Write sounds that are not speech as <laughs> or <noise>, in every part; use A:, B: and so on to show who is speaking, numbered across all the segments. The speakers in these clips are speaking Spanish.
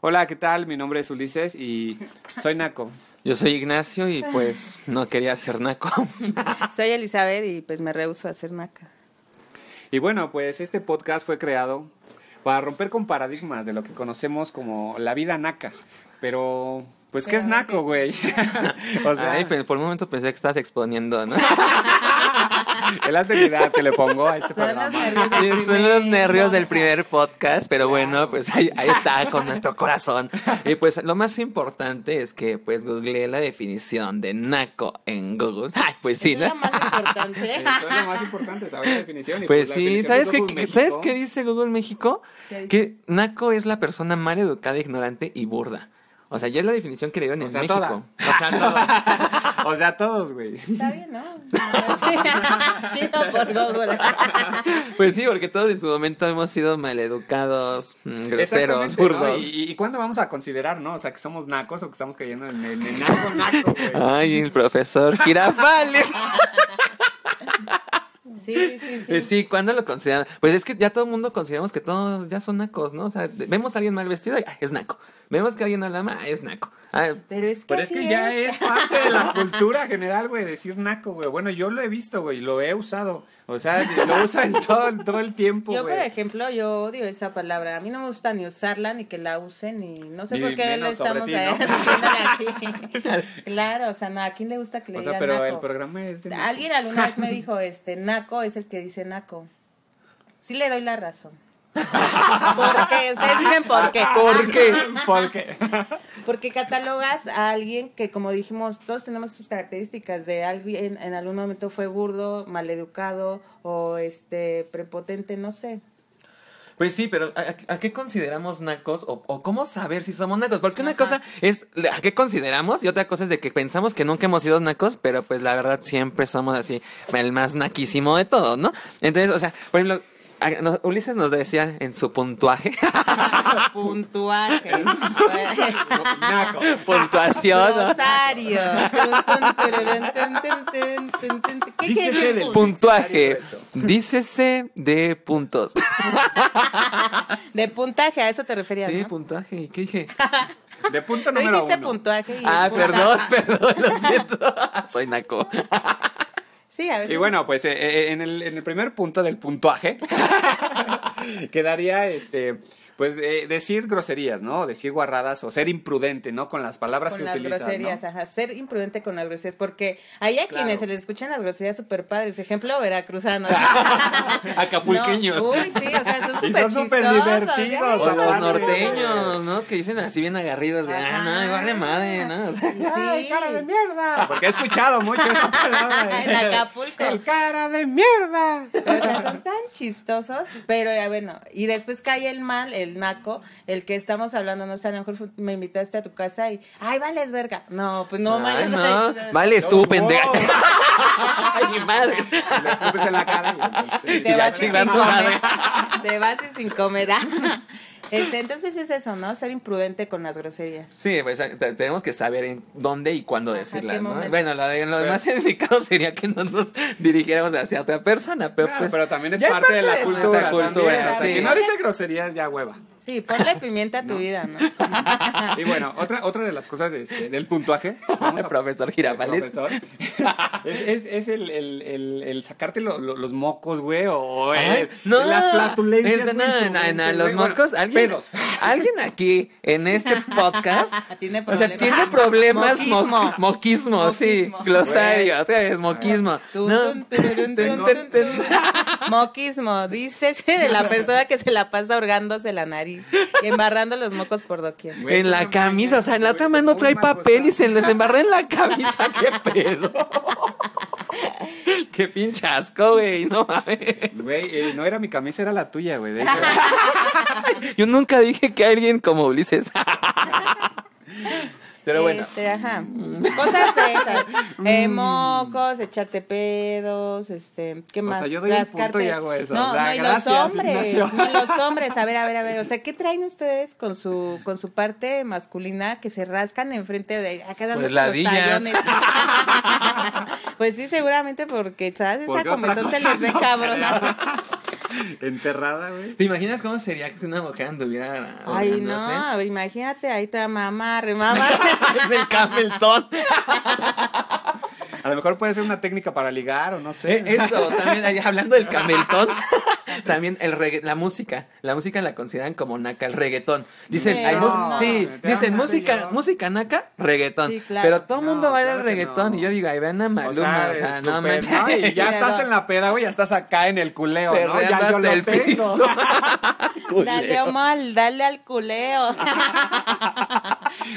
A: Hola, ¿qué tal? Mi nombre es Ulises y soy Naco.
B: Yo soy Ignacio y
A: <laughs>
B: pues no quería ser naco.
C: Soy Elizabeth y pues me rehuso a hacer naca.
A: Y bueno, pues este podcast fue creado para romper con paradigmas de lo que conocemos como la vida naca. Pero, pues, ¿qué
C: Pero,
A: es naco,
C: ¿qué?
A: güey? <laughs> o sea,
B: Ay, pero por un momento pensé que
A: <laughs>
B: estabas exponiendo, ¿no?
A: es la seriedad que le pongo a este
C: Son los
A: programa.
C: nervios del
B: Son
C: primer
B: los nervios del
C: podcast.
B: primer podcast, pero bueno, pues ahí, ahí está con nuestro corazón. Y pues lo más importante es que pues googleé la definición de naco en Google. <laughs> Ay, pues sí,
C: Es lo
B: ¿no?
C: más
A: <laughs>
C: importante.
A: Eso es lo más importante, saber la definición. y,
B: Pues
A: la
B: sí,
A: definición
B: ¿sabes
A: de
B: qué,
A: Google
B: qué-
A: México-
B: ¿sabes qué dice Google México?
C: ¿Qué dice?
B: Que naco es la persona mal educada, ignorante y burda. O sea, ya es la definición que le dieron
A: O
B: en
A: sea,
B: México.
A: toda.
B: O sea, <laughs> toda.
A: O sea, todos, güey.
C: Está bien, ¿no? Chido por Google.
B: Pues sí, porque todos en su momento hemos sido maleducados, mm, groseros,
A: Exactamente, ¿no?
B: burdos.
A: ¿Y, y cuándo vamos a considerar, no? O sea, que somos nacos o que estamos cayendo en el en naco, naco, güey.
B: Ay, el profesor Girafales.
C: Sí, sí, sí.
A: Pues
B: Eh, Sí, ¿cuándo lo consideran? Pues es que ya todo el mundo consideramos que todos ya son nacos, ¿no? O sea, de- vemos a alguien mal vestido y ah, es naco. Vemos que alguien habla mal, ah, es naco. Ah,
C: Pero es que,
A: Pero es
C: así
A: que ya es parte de
C: <laughs>
A: la cultura general, güey, decir naco, güey. Bueno, yo lo he visto, güey, lo he usado. O sea, lo uso en todo, en todo el tiempo,
C: Yo, por
A: güey.
C: ejemplo, yo odio esa palabra. A mí no me gusta ni usarla, ni que la usen, ni no sé
A: Ni
C: por qué le
A: menos sobre
C: estamos
A: ti,
C: a-
A: ¿no?
C: diciéndole aquí. <laughs> Claro, o sea, no, ¿a quién le gusta que le
A: O sea,
C: digan
A: pero
C: naco?
A: el programa es de... naco.
C: Alguien alguna
A: <laughs>
C: vez me dijo, este, naco es el que dice naco. Sí le doy
A: <laughs>
C: la razón. ¿Por qué? Ustedes dicen por qué.
B: ¿Por qué?
A: ¿Por qué?
C: Porque catalogas a alguien que, como dijimos, todos tenemos estas características de alguien en algún momento fue burdo, maleducado o este prepotente, no sé.
B: Pues sí, pero ¿a, a- a qué consideramos nacos? O, o cómo saber si somos nacos? Porque una cosa es de- a qué consideramos y otra cosa es de que pensamos que nunca hemos sido nacos, pero pues la verdad siempre somos así, el más naquísimo de todos, ¿no? Entonces, o sea, por ejemplo, a- no- Ulises nos decía en su puntuaje, <laughs>
A: Ah. <laughs>
C: Puntuaje.
A: Naco.
B: puntuación, ¿no?
C: Rosario. ¿Qué
A: Dícese
C: quiere
A: del
C: decir?
B: puntuaje.
A: Eso.
B: Dícese de puntos.
C: De puntaje, a eso te referías,
B: Sí,
C: ¿no?
B: puntaje. ¿y ¿Qué dije?
A: De
C: <laughs>
A: punto
C: Tú
A: número
C: dijiste
A: uno.
C: puntuaje y
B: Ah,
C: puntaje.
B: perdón, <laughs> perdón, lo siento. <laughs> Soy naco.
C: Sí, a veces.
A: Y bueno, pues eh, eh, en, el, en el primer punto del puntuaje <laughs> quedaría este pues eh, decir groserías, ¿no? Decir guarradas o ser imprudente, ¿no? Con las palabras
C: con
A: que
C: las
A: utilizas,
C: groserías,
A: ¿no?
C: ajá, ser imprudente con las groserías, porque hay a
A: Claro.
C: quienes se les escuchan las groserías super padres,
A: <laughs>
C: ejemplo, veracruzanos.
B: Acapulqueños.
C: No, uy, sí, o sea, son ¿eh?
A: Y
C: super
A: son súper divertidos,
B: O los
A: Aparte.
B: norteños, ¿no? Que dicen así bien agarridos de, ah, no, me vale madre, ¿no? O sea,
C: Sí,
A: cara de mierda. Porque he escuchado mucho esa
C: <laughs>
A: palabra.
C: ah.
A: ¿eh?
C: En Acapulco.
A: El cara de mierda.
C: Pero, o sea, son tan chistosos, pero eh, bueno, y después cae el mal, el naco, el que estamos hablando, no sé, a lo mejor fu- me invitaste a tu casa y, ay, vales verga. No, pues no,
B: Ay,
C: vales
B: no,
C: verga.
B: vale,
A: No,
B: tú,
A: no.
B: pendejo. <laughs> Ay, mi madre.
A: <laughs> Le escupes en la cara. y entonces-
C: te
B: Ya
C: vas, y sin
B: chingas tu madre.
C: comer. <laughs> Te vas y sin comer. Este, entonces es eso, ¿no? Ser imprudente con las groserías.
B: Sí, pues te- tenemos que saber en dónde y cuándo
C: Ajá,
B: decirla,
C: qué
B: ¿no?
C: momento.
B: Bueno, lo, de- lo
A: Pero-
B: más <laughs> significado sería que no nos dirigiéramos hacia otra persona, pero
A: Claro,
B: pues...
A: Ah, pero también es
B: ya
A: parte, de la
B: nuestra
A: cultura.
B: cultura,
A: también. O sea,
B: sí.
A: que no dice groserías ya hueva.
C: Sí, ponle pimienta a tu vida, ¿no?
A: Y
B: <laughs>
A: bueno, otra, otra de las cosas de- de- del puntuaje. Vamos a-
B: profesor Girafales.
A: profesor. <laughs> es, es, es el, el, el, el sacarte lo- lo- los mocos, güey, o el-
B: Ay, no,
A: pues, las flatulencias.
B: es-
A: güey,
B: no, no, no, no,
A: güey.
B: los
A: Bueno,
B: mocos, alguien,
A: pedos.
B: alguien aquí en este podcast,
C: Tiene
B: o sea,
C: problemas.
B: tiene problemas mo- moquismo,
C: Moquismo.
B: sí,
C: Moquismo. Ah.
B: glosario, otra vez moquismo.
C: Tun,
B: No.
C: tun, tururun, tun,
B: Tengo-
C: tun, tun. <laughs> Moquismo, dícese de la persona que se la pasa hurgándose la nariz, embarrando los mocos por doquier.
A: Güey,
B: En
A: es
B: la
A: una
B: camisa,
A: maña,
B: o sea, en la
A: güey,
B: otra mano
A: muy
B: trae
A: mal
B: papel y
A: gozado.
B: se les embarra en la camisa, qué <laughs> pedo. qué pinche asco, güey, no mames.
A: Güey, eh, no era mi camisa, era la tuya, güey. de
B: <laughs>
A: hecho.
B: Yo nunca dije que alguien como Ulises. Pero bueno.
C: Este, ajá.
A: Mm.
C: Cosas de esas.
A: <laughs>
C: Eh, mocos, echarte pedos, este, ¿qué
A: O
C: más?
A: sea, yo doy el punto y hago eso.
C: No,
A: O sea,
C: no, y
A: gracias,
C: los hombres,
A: Ignacio.
C: y los hombres, a ver, a ver, a ver, o sea, ¿qué traen ustedes con su con su parte masculina que se rascan enfrente de acá dando
B: Pues,
C: sus
B: ladillas.
C: tallones? <laughs> pues sí, seguramente porque sabes
A: Porque
C: esa
A: otra
C: comezón se
A: cosa
C: les ve
A: no
C: cabrona.
B: Este.
A: Enterrada, güey.
B: ¿Te imaginas cómo sería que si una mujer anduviera
C: Ay,
B: orinando,
C: no, imagínate, ahí te mamá,
A: <laughs>
C: remamá.
B: En <laughs> el Camelton.
A: A lo mejor puede ser una técnica para ligar o no sé.
B: Eh, Eso, también, ahí hablando del Camelton, también el regga- la música. La música la consideran como naca, el reggaetón. Dicen,
C: No,
B: hay mus-
C: no,
B: sí,
A: te
B: dicen
A: amas,
B: música,
A: señor.
B: música naca, reggaetón.
C: Sí, claro.
B: Pero todo el
A: No,
B: mundo baila
A: claro
B: el
A: que
B: reggaetón.
A: no.
B: Y yo digo, ahí ven a
A: O
B: Maluma,
A: sea,
B: o sea,
A: es
B: no
A: súper,
B: manches.
A: ¿no?
B: <laughs>
A: Y ya
C: Pero-
A: estás en la peda, güey, ya estás acá en el culeo, ¿no?
B: Perreando
A: Ya yo
B: hasta
A: lo
B: el
A: tengo.
B: piso. <laughs>
C: Dale, Omar, dale al culeo.
A: <laughs>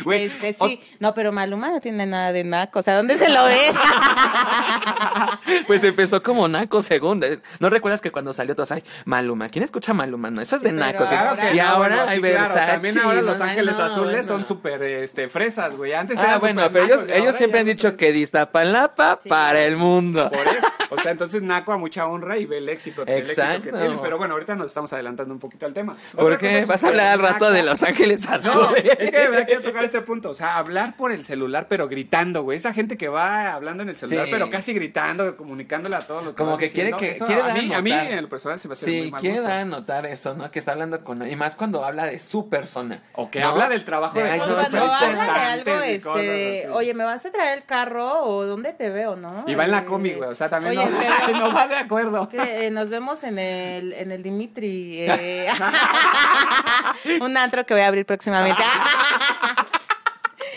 A: Güey,
C: este,
A: o-
C: sí. No, pero Maluma no tiene nada de naco. O sea,
A: <laughs>
C: ¿dónde se lo ves?
B: Pues empezó como naco según. eh, ¿No recuerdas que cuando salió todos, ay, Maluma? ¿Quién escucha Maluma? No, eso es de
C: Sí,
B: nacos. güey.
C: pero
A: Claro que
B: y
A: no,
B: ahora
A: bueno, sí,
B: hay
A: claro,
B: Versace.
A: También ahora Los
B: ¿no? Ay,
A: Ángeles
B: no,
A: Azules
B: bueno.
A: son súper este, fresas, güey. Antes
B: Ah,
A: eran
B: bueno,
A: súper
B: pero ellos,
A: nacos y ahora
B: ellos siempre
A: ya
B: han
A: no
B: dicho
A: son-
B: que Distapalapa
C: Sí.
B: para el mundo.
A: Por eso. O sea, entonces Naco a mucha honra y ve el éxito, el éxito que
B: Exacto.
A: tiene. Pero bueno, ahorita nos estamos adelantando un poquito al tema. Otra
B: ¿Por
A: cosa
B: qué?
A: es
B: Vas a hablar al
A: súper
B: rato de
A: naca.
B: Los Ángeles
A: No,
B: Azules.
A: es que de verdad quiero tocar este punto. O sea, hablar por el celular, pero gritando, güey. Esa gente que va hablando en el celular,
B: Sí.
A: pero casi gritando, comunicándole a todos lo que
B: Como
A: vas
B: que quiere
A: diciendo,
B: que-
A: eso
B: quiere
A: a,
B: dar
A: mí,
B: a
A: a mí
B: notar.
A: en el personal se me hace muy
B: Sí,
A: mal
B: quiere
A: gusto.
B: dar a notar eso, ¿no? Que está hablando con... Y más cuando habla de su persona.
A: O que
B: ¿no?
A: habla del trabajo de-
B: ay,
C: O
A: Hay
B: no,
A: cosas
C: cuando
B: pero-
A: muy
C: habla de algo,
A: importantes y cosas
C: este,
A: así.
C: oye, ¿me vas a traer el carro o dónde te veo, no?
A: Y va en la
C: Eh,
A: comi, güey. O sea, también
C: oye,
A: <laughs> no,
C: te veo-
A: no va de <laughs> acuerdo.
C: que, eh, nos vemos en el, en el Dimitri. eh.
A: <laughs>
C: un antro que voy a
A: <laughs>
C: abrir próximamente.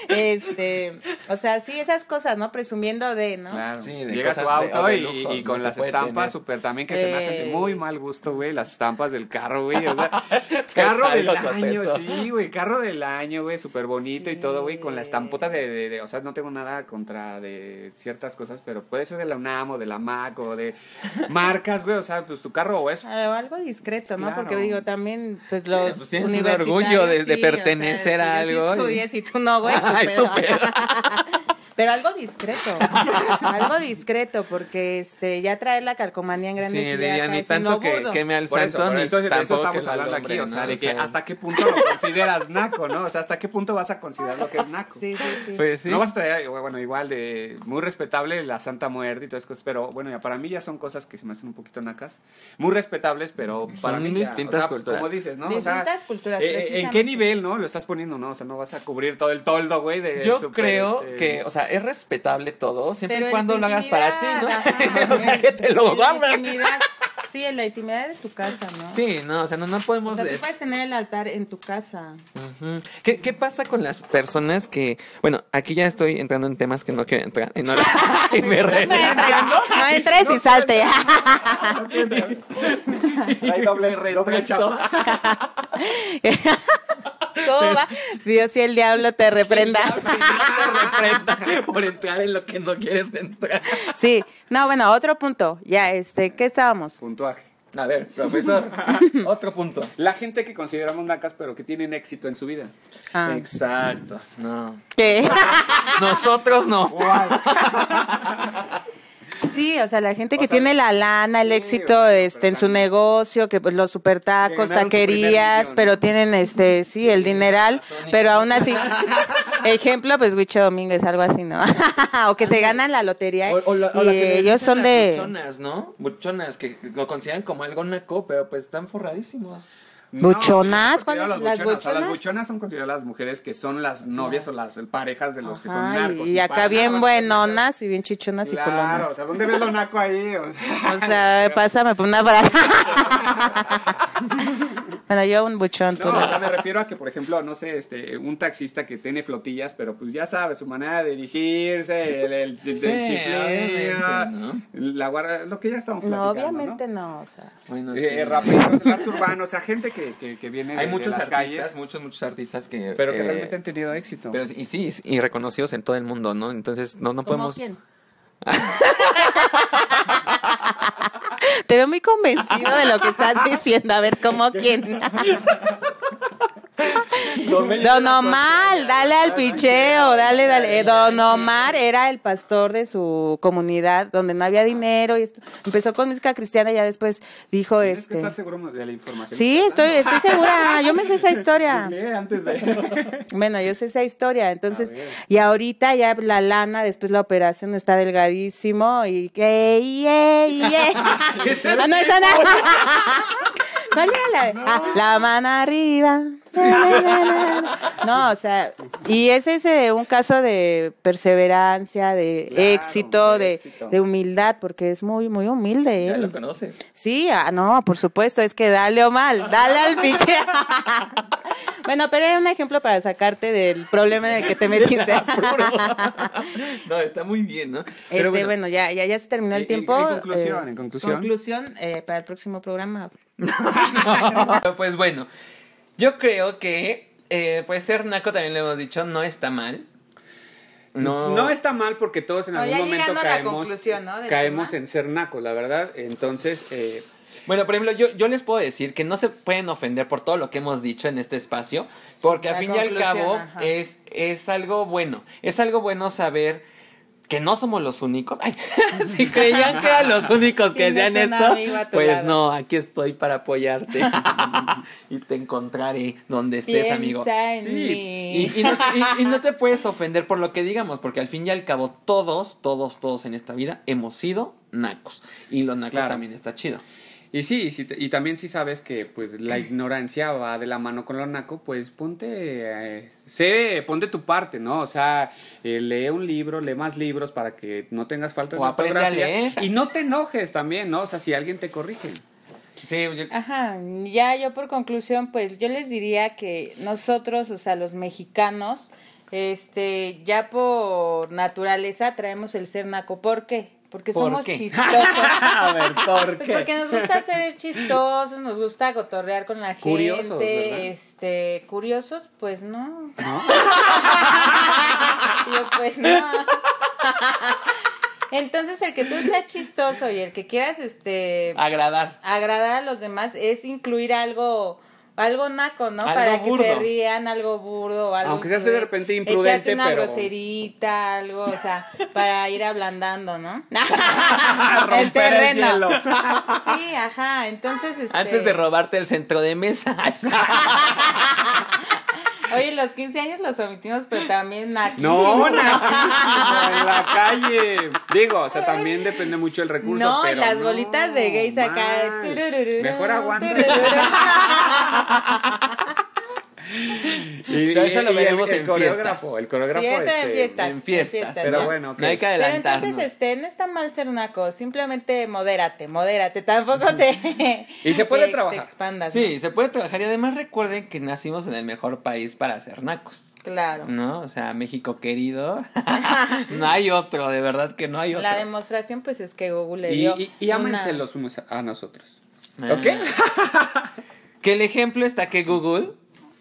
C: este, o sea, sí, esas cosas, ¿no? Presumiendo de, ¿no?
A: Claro.
B: Sí, de
A: Llega su
B: cosas de- o
A: auto
B: de
A: y,
B: lujo,
A: y
B: ¿no?
A: con
B: que
A: las
B: puede tener.
A: estampas súper también que se me hacen de
C: Eh.
A: muy mal gusto, güey. Las estampas del carro, güey. O
B: <laughs>
A: sea, carro
B: Qué
A: del
B: sádico
A: año,
B: Pues eso.
A: sí, güey. Carro del año, güey. Súper bonito y
C: Sí.
A: todo, güey. Con la estampota de, de- de- O sea, no tengo nada contra de ciertas cosas, pero puede ser de la UNAM o de la MAC o
C: <laughs>
A: de marcas, güey. O sea, pues tu carro o es.
C: O algo discreto, ¿no?
A: Claro.
C: Porque digo, también, pues
B: Sí,
C: los
B: pues, tienes un
C: universitarios,
B: orgullo de- de
C: sí, o sea,
B: pertenecer a
C: que yo
B: algo
C: Sí
B: y-
C: estudié, si tú no, güey. tu
B: Ay,
C: pedo.
B: tu pedo.
C: Pero algo discreto, algo discreto, porque este ya traer la calcomanía en
B: Sí,
C: grandes ideas,
B: diría, ni
C: ¿sabes? En lo
B: tanto que,
C: burdo.
B: que me al
A: Por eso,
B: santo,
A: por
B: ni
A: eso, de eso
B: tampoco
A: estamos
B: que lo
A: hablando
B: alumbre,
A: aquí, o
B: ¿no?
A: sea, de
B: O
A: que
B: sea,
A: hasta qué punto lo consideras naco, ¿no? O sea, hasta qué punto vas a considerar lo que es naco.
C: Sí, sí, sí.
B: Pues sí.
A: No vas a traer, eh, bueno, igual de muy respetable la Santa Muerte y todas esas cosas, pero bueno, ya para mí ya son cosas que se me hacen un poquito nacas. Muy respetables, pero para
B: Son
A: mí ya,
B: distintas
A: o sea,
B: culturas.
A: Como dices, ¿no? O sea,
C: Distintas culturas,
A: eh, eh, ¿En
C: precisamente.
A: qué nivel, no? Lo estás poniendo, ¿no? O sea, no vas a cubrir todo el toldo, güey. de
B: Yo
A: súper,
B: creo
A: este,
B: que, o sea, es respetable todo, siempre
C: Pero
B: y
C: en
B: cuando
C: tu
B: lo hagas para ti, ¿no?
C: intimidad,
B: <laughs>
C: ajá,
B: o sea, que te lo
C: en la
B: guardes.
C: intimidad, Sí, en la intimidad de tu casa, ¿no?
B: Sí, no, o sea, no, no
C: O
B: podemos...
C: sea, tú
B: eh,
C: puedes tener el altar en tu casa.
B: Ujú. ¿Qué, ¿Qué pasa con las personas que... Bueno, aquí ya estoy entrando en temas que no quiero entrar. Y, no-
C: <laughs>
B: <laughs> y me
C: No
B: re-
C: entres, no entres y salte.
A: <laughs> Hay doble
B: <laughs>
A: doble chapa.
C: <laughs> ¿Cómo va? Dios y el diablo te reprenda.
B: por entrar en lo que no quieres entrar.
C: <laughs> Sí. No, bueno, otro punto. Ya, este, ¿qué estábamos?
A: Puntuaje.
B: A ver,
C: <laughs>
B: profesor, otro punto.
A: La gente que consideramos nacas, pero que tienen éxito en su vida.
C: Ah,
B: Exacto. No.
C: ¿Qué?
B: Nosotros no.
C: <laughs> Sí, o sea, la gente
A: O
C: que
A: sea,
C: tiene la lana, el
A: sí,
C: éxito
A: o sea,
C: este en su
A: pero-
C: negocio, que pues, los super
A: Que ganaron
C: tacos,
A: su primer
C: taquerías,
A: millón,
C: pero
A: ¿no?
C: tienen este, sí, el dineral, pero aún así. <laughs> Ejemplo, pues Huicho Domínguez, algo así, ¿no? <laughs> o que se ganan la lotería
B: O- o la- o
C: y
B: la que le
C: ellos
B: dicen las
C: son de
B: Buchonas, ¿no? Buchonas, que lo consideran como algo naco, pero pues están forradísimos.
A: Buchonas,
C: ¿Buchonas? ¿Cuáles?
A: las
C: ¿Las
A: buchonas. O sea, las
C: buchonas?
A: buchonas son consideradas las mujeres que son las novias o las parejas de los que son
C: Ajá,
A: narcos.
C: y
A: para
C: acá bien
A: nada,
C: buenonas y bien chichonas y
A: Claro, o
C: colonas.
A: sea, ¿dónde ves lo naco ahí? O
C: <laughs>
A: sea, <laughs>
C: O sea, pásame por una frase. <laughs> bueno, yo un buchón, tú
A: no, o
C: no.
A: sea, me refiero a que, por ejemplo, no sé, este, un taxista que tiene flotillas, pero pues ya sabe su manera de dirigirse, el,
C: <laughs>
A: el, el
B: Sí,
A: chiflido,
B: obviamente, ¿no?
A: la guarda, lo que ya estamos
C: No,
A: platicando,
C: obviamente no, o sea.
B: Bueno,
A: ¿no?
B: sí.
A: Eh, raperos, el arte urbano, o sea, gente que, que, que viene de,
B: Hay
A: de
B: muchos
A: las
B: artistas,
A: calles,
B: muchos, muchos artistas que...
A: pero que
B: eh,
A: realmente han tenido éxito.
B: pero sí- y sí, y reconocidos en todo el mundo, ¿no? Entonces, no, no
C: ¿Cómo
B: podemos... <laughs>
C: quién?
A: <laughs>
C: Te veo muy convencido de lo que estás diciendo. A ver, ¿cómo quién? Don Omar, dale al picheo, dale, dale. Eh, Don Omar era el pastor de su comunidad donde no había dinero y esto. Empezó con música cristiana y ya después dijo
A: Tienes que
C: este.
A: estar seguro de la información.
C: Sí,
A: que
C: estoy, estoy segura. Yo me sé esa historia.
A: estás dando. Pues Lee antes de...
C: <laughs> Bueno, yo sé esa historia, entonces,
A: A ver.
C: y ahorita ya la lana, después la operación está delgadísimo y que, yeah,
A: <laughs>
C: yeah. ah, no, esa no. <laughs> ¿Cuál era la de? Ah, la mano arriba. Na, na, na, na. No, o sea, y ese es eh, un caso de perseverancia, de
A: Claro,
C: éxito,
A: de
C: de,
A: éxito.
C: de humildad, porque es muy, muy humilde
B: Ya
C: él.
B: lo conoces.
C: Sí, ah, no, por supuesto, es que dale o mal, dale al pinche. bueno, pero era un ejemplo para sacarte del problema en el que te metiste.
B: no, está muy bien, ¿no?
C: este,
B: Pero
C: bueno, ya, ya, ya se terminó el
A: En- en- en
C: tiempo.
A: conclusión, en conclusión.
C: Conclusión eh, para el próximo programa.
B: <laughs> Pero, pues bueno, yo creo que eh, pues ser naco también lo hemos dicho, no está mal. No,
A: <laughs> No está mal porque todos en
C: No,
A: algún
C: ya
A: momento
C: llegando a la
A: caemos,
C: conclusión, ¿no? del
A: caemos
C: tema.
A: en ser nacos, la verdad. Entonces, eh,
B: Bueno, por ejemplo, yo, yo les puedo decir que no se pueden ofender por todo lo que hemos dicho en este espacio, porque a
C: La
B: fin y al
C: conclusión,
B: cabo
C: ajá.
B: es, es algo bueno. Es algo bueno saber que no somos los únicos. Ay, <laughs> si creían que eran los únicos que
C: Tienes
B: hacían
C: un
B: esto,
C: amigo a tu
B: pues
C: lado.
B: no, aquí estoy para apoyarte <laughs> y te encontraré donde estés, Este amigo.
C: Piensa en
A: Sí,
C: mí.
B: Y, y no, y- y no te puedes ofender por lo que digamos, porque al fin y al cabo todos, todos, todos en esta vida hemos sido nacos. Y los nacos
A: Claro.
B: también está chido.
A: y sí, y, si te- y también si sabes que pues
C: <clears throat>
A: la ignorancia va de la mano con lo naco, pues ponte, eh, sé, ponte tu parte, ¿no? O sea, eh, lee un libro, lee más libros para que no tengas faltas
B: O
A: de
B: aprende a
A: ortografía.
B: leer.
A: Y no te enojes también, ¿no? O sea, si alguien te corrige.
B: Sí, yo-
C: Ajá, ya yo por conclusión, pues yo les diría que nosotros, o sea, los mexicanos, este, ya por naturaleza traemos el ser naco. ¿Por qué? Porque
B: ¿Por
C: somos
B: qué?
C: chistosos.
A: A ver,
C: <laughs>
A: ¿por
C: Pues porque nos gusta ser chistosos, nos gusta cotorrear con la
A: Curiosos,
C: gente,
A: ¿verdad?
C: este, curiosos, pues no.
A: ¿No?
C: <laughs> Yo pues no. Entonces el que tú seas chistoso y el que quieras este
B: agradar.
C: agradar a los demás es incluir algo algo naco, ¿no?
B: Algo
C: Para
B: burdo.
C: que se rían, algo burdo, o algo
A: Aunque sea de repente
C: imprudente. Echarte
A: imprudente,
C: una
A: pero-
C: groserita, algo, o sea, para ir ablandando,
A: <laughs>
C: ¿no?
A: Romper el hielo.
C: sí, ajá. Entonces, este,
B: Antes de robarte el centro de mesa. <laughs>
C: Oye, los 15 años los omitimos, pero también aquí.
A: No,
C: <laughs>
A: naquísimo, en la calle. Digo, o sea, también depende mucho el recurso.
C: No, y
A: pero
C: las bolitas de gays acá.
A: mal.
C: turururú,
A: Mejor aguanta.
C: turururú.
A: Y, y-
B: Pero eso lo
A: y el-
B: veremos
A: el,
B: en
A: coreógrafo,
B: fiestas.
A: el coreógrafo.
C: Sí, eso en
A: este,
C: fiestas.
B: en fiestas.
C: fiestas,
A: Pero
B: ¿no?
A: bueno, ok.
B: No hay que
C: Pero
B: adelantarnos.
C: entonces, este, no está mal ser naco, simplemente modérate, modérate, tampoco <laughs> te...
A: Y se puede
C: te-
A: trabajar.
C: Te expandas,
B: Sí, se puede trabajar y además recuerden que nacimos en el mejor país para ser nacos.
C: ¿no? Claro.
A: Mm,
B: ¿No? O sea, México querido. <laughs> no hay otro, de verdad que no hay otro.
C: La demostración, pues, es que Google le
A: Y,
C: dio
A: y, y ámense
C: una-
A: los unos a nosotros.
B: Ah.
A: ¿Ok?
B: Que el ejemplo está que Google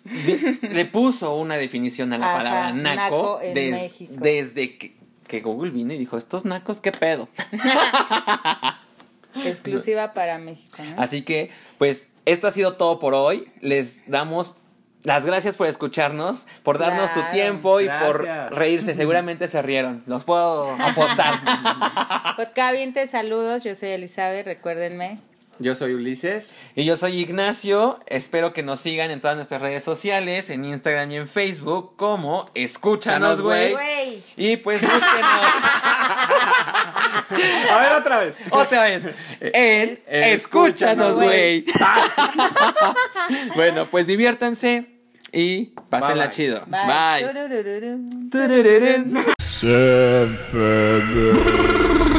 B: le puso una definición a la
C: Ajá,
B: palabra naco,
C: naco en
B: des-
C: México.
B: desde que, que Google vino y dijo, estos nacos, ¿qué pedo?
C: <laughs> exclusiva para México, ¿no?
B: Así que, pues, esto ha sido todo por hoy. Les damos las gracias por escucharnos, por darnos su
C: Claro.
B: tiempo y
A: Gracias.
B: por reírse. Seguramente se rieron. Los puedo
C: <laughs>
B: apostar.
C: Podcavientes, Pues, saludos, yo soy Elizabeth, recuérdenme.
A: Yo soy Ulises.
B: y yo soy Ignacio. Espero que nos sigan en todas nuestras redes sociales, en Instagram y en Facebook, como Escúchanos,
A: Escúchanos, güey.
B: güey.
C: Güey.
B: Y pues búsquenos
A: A ver, otra vez.
B: otra vez en Escúchanos,
A: Escúchanos,
B: güey.
A: Ah,
B: bueno, pues diviértanse y pásenla
A: Bye, bye.
B: chido.
C: Bye.
B: Bye.
C: Tururururu.
B: Turururun.
D: Seven.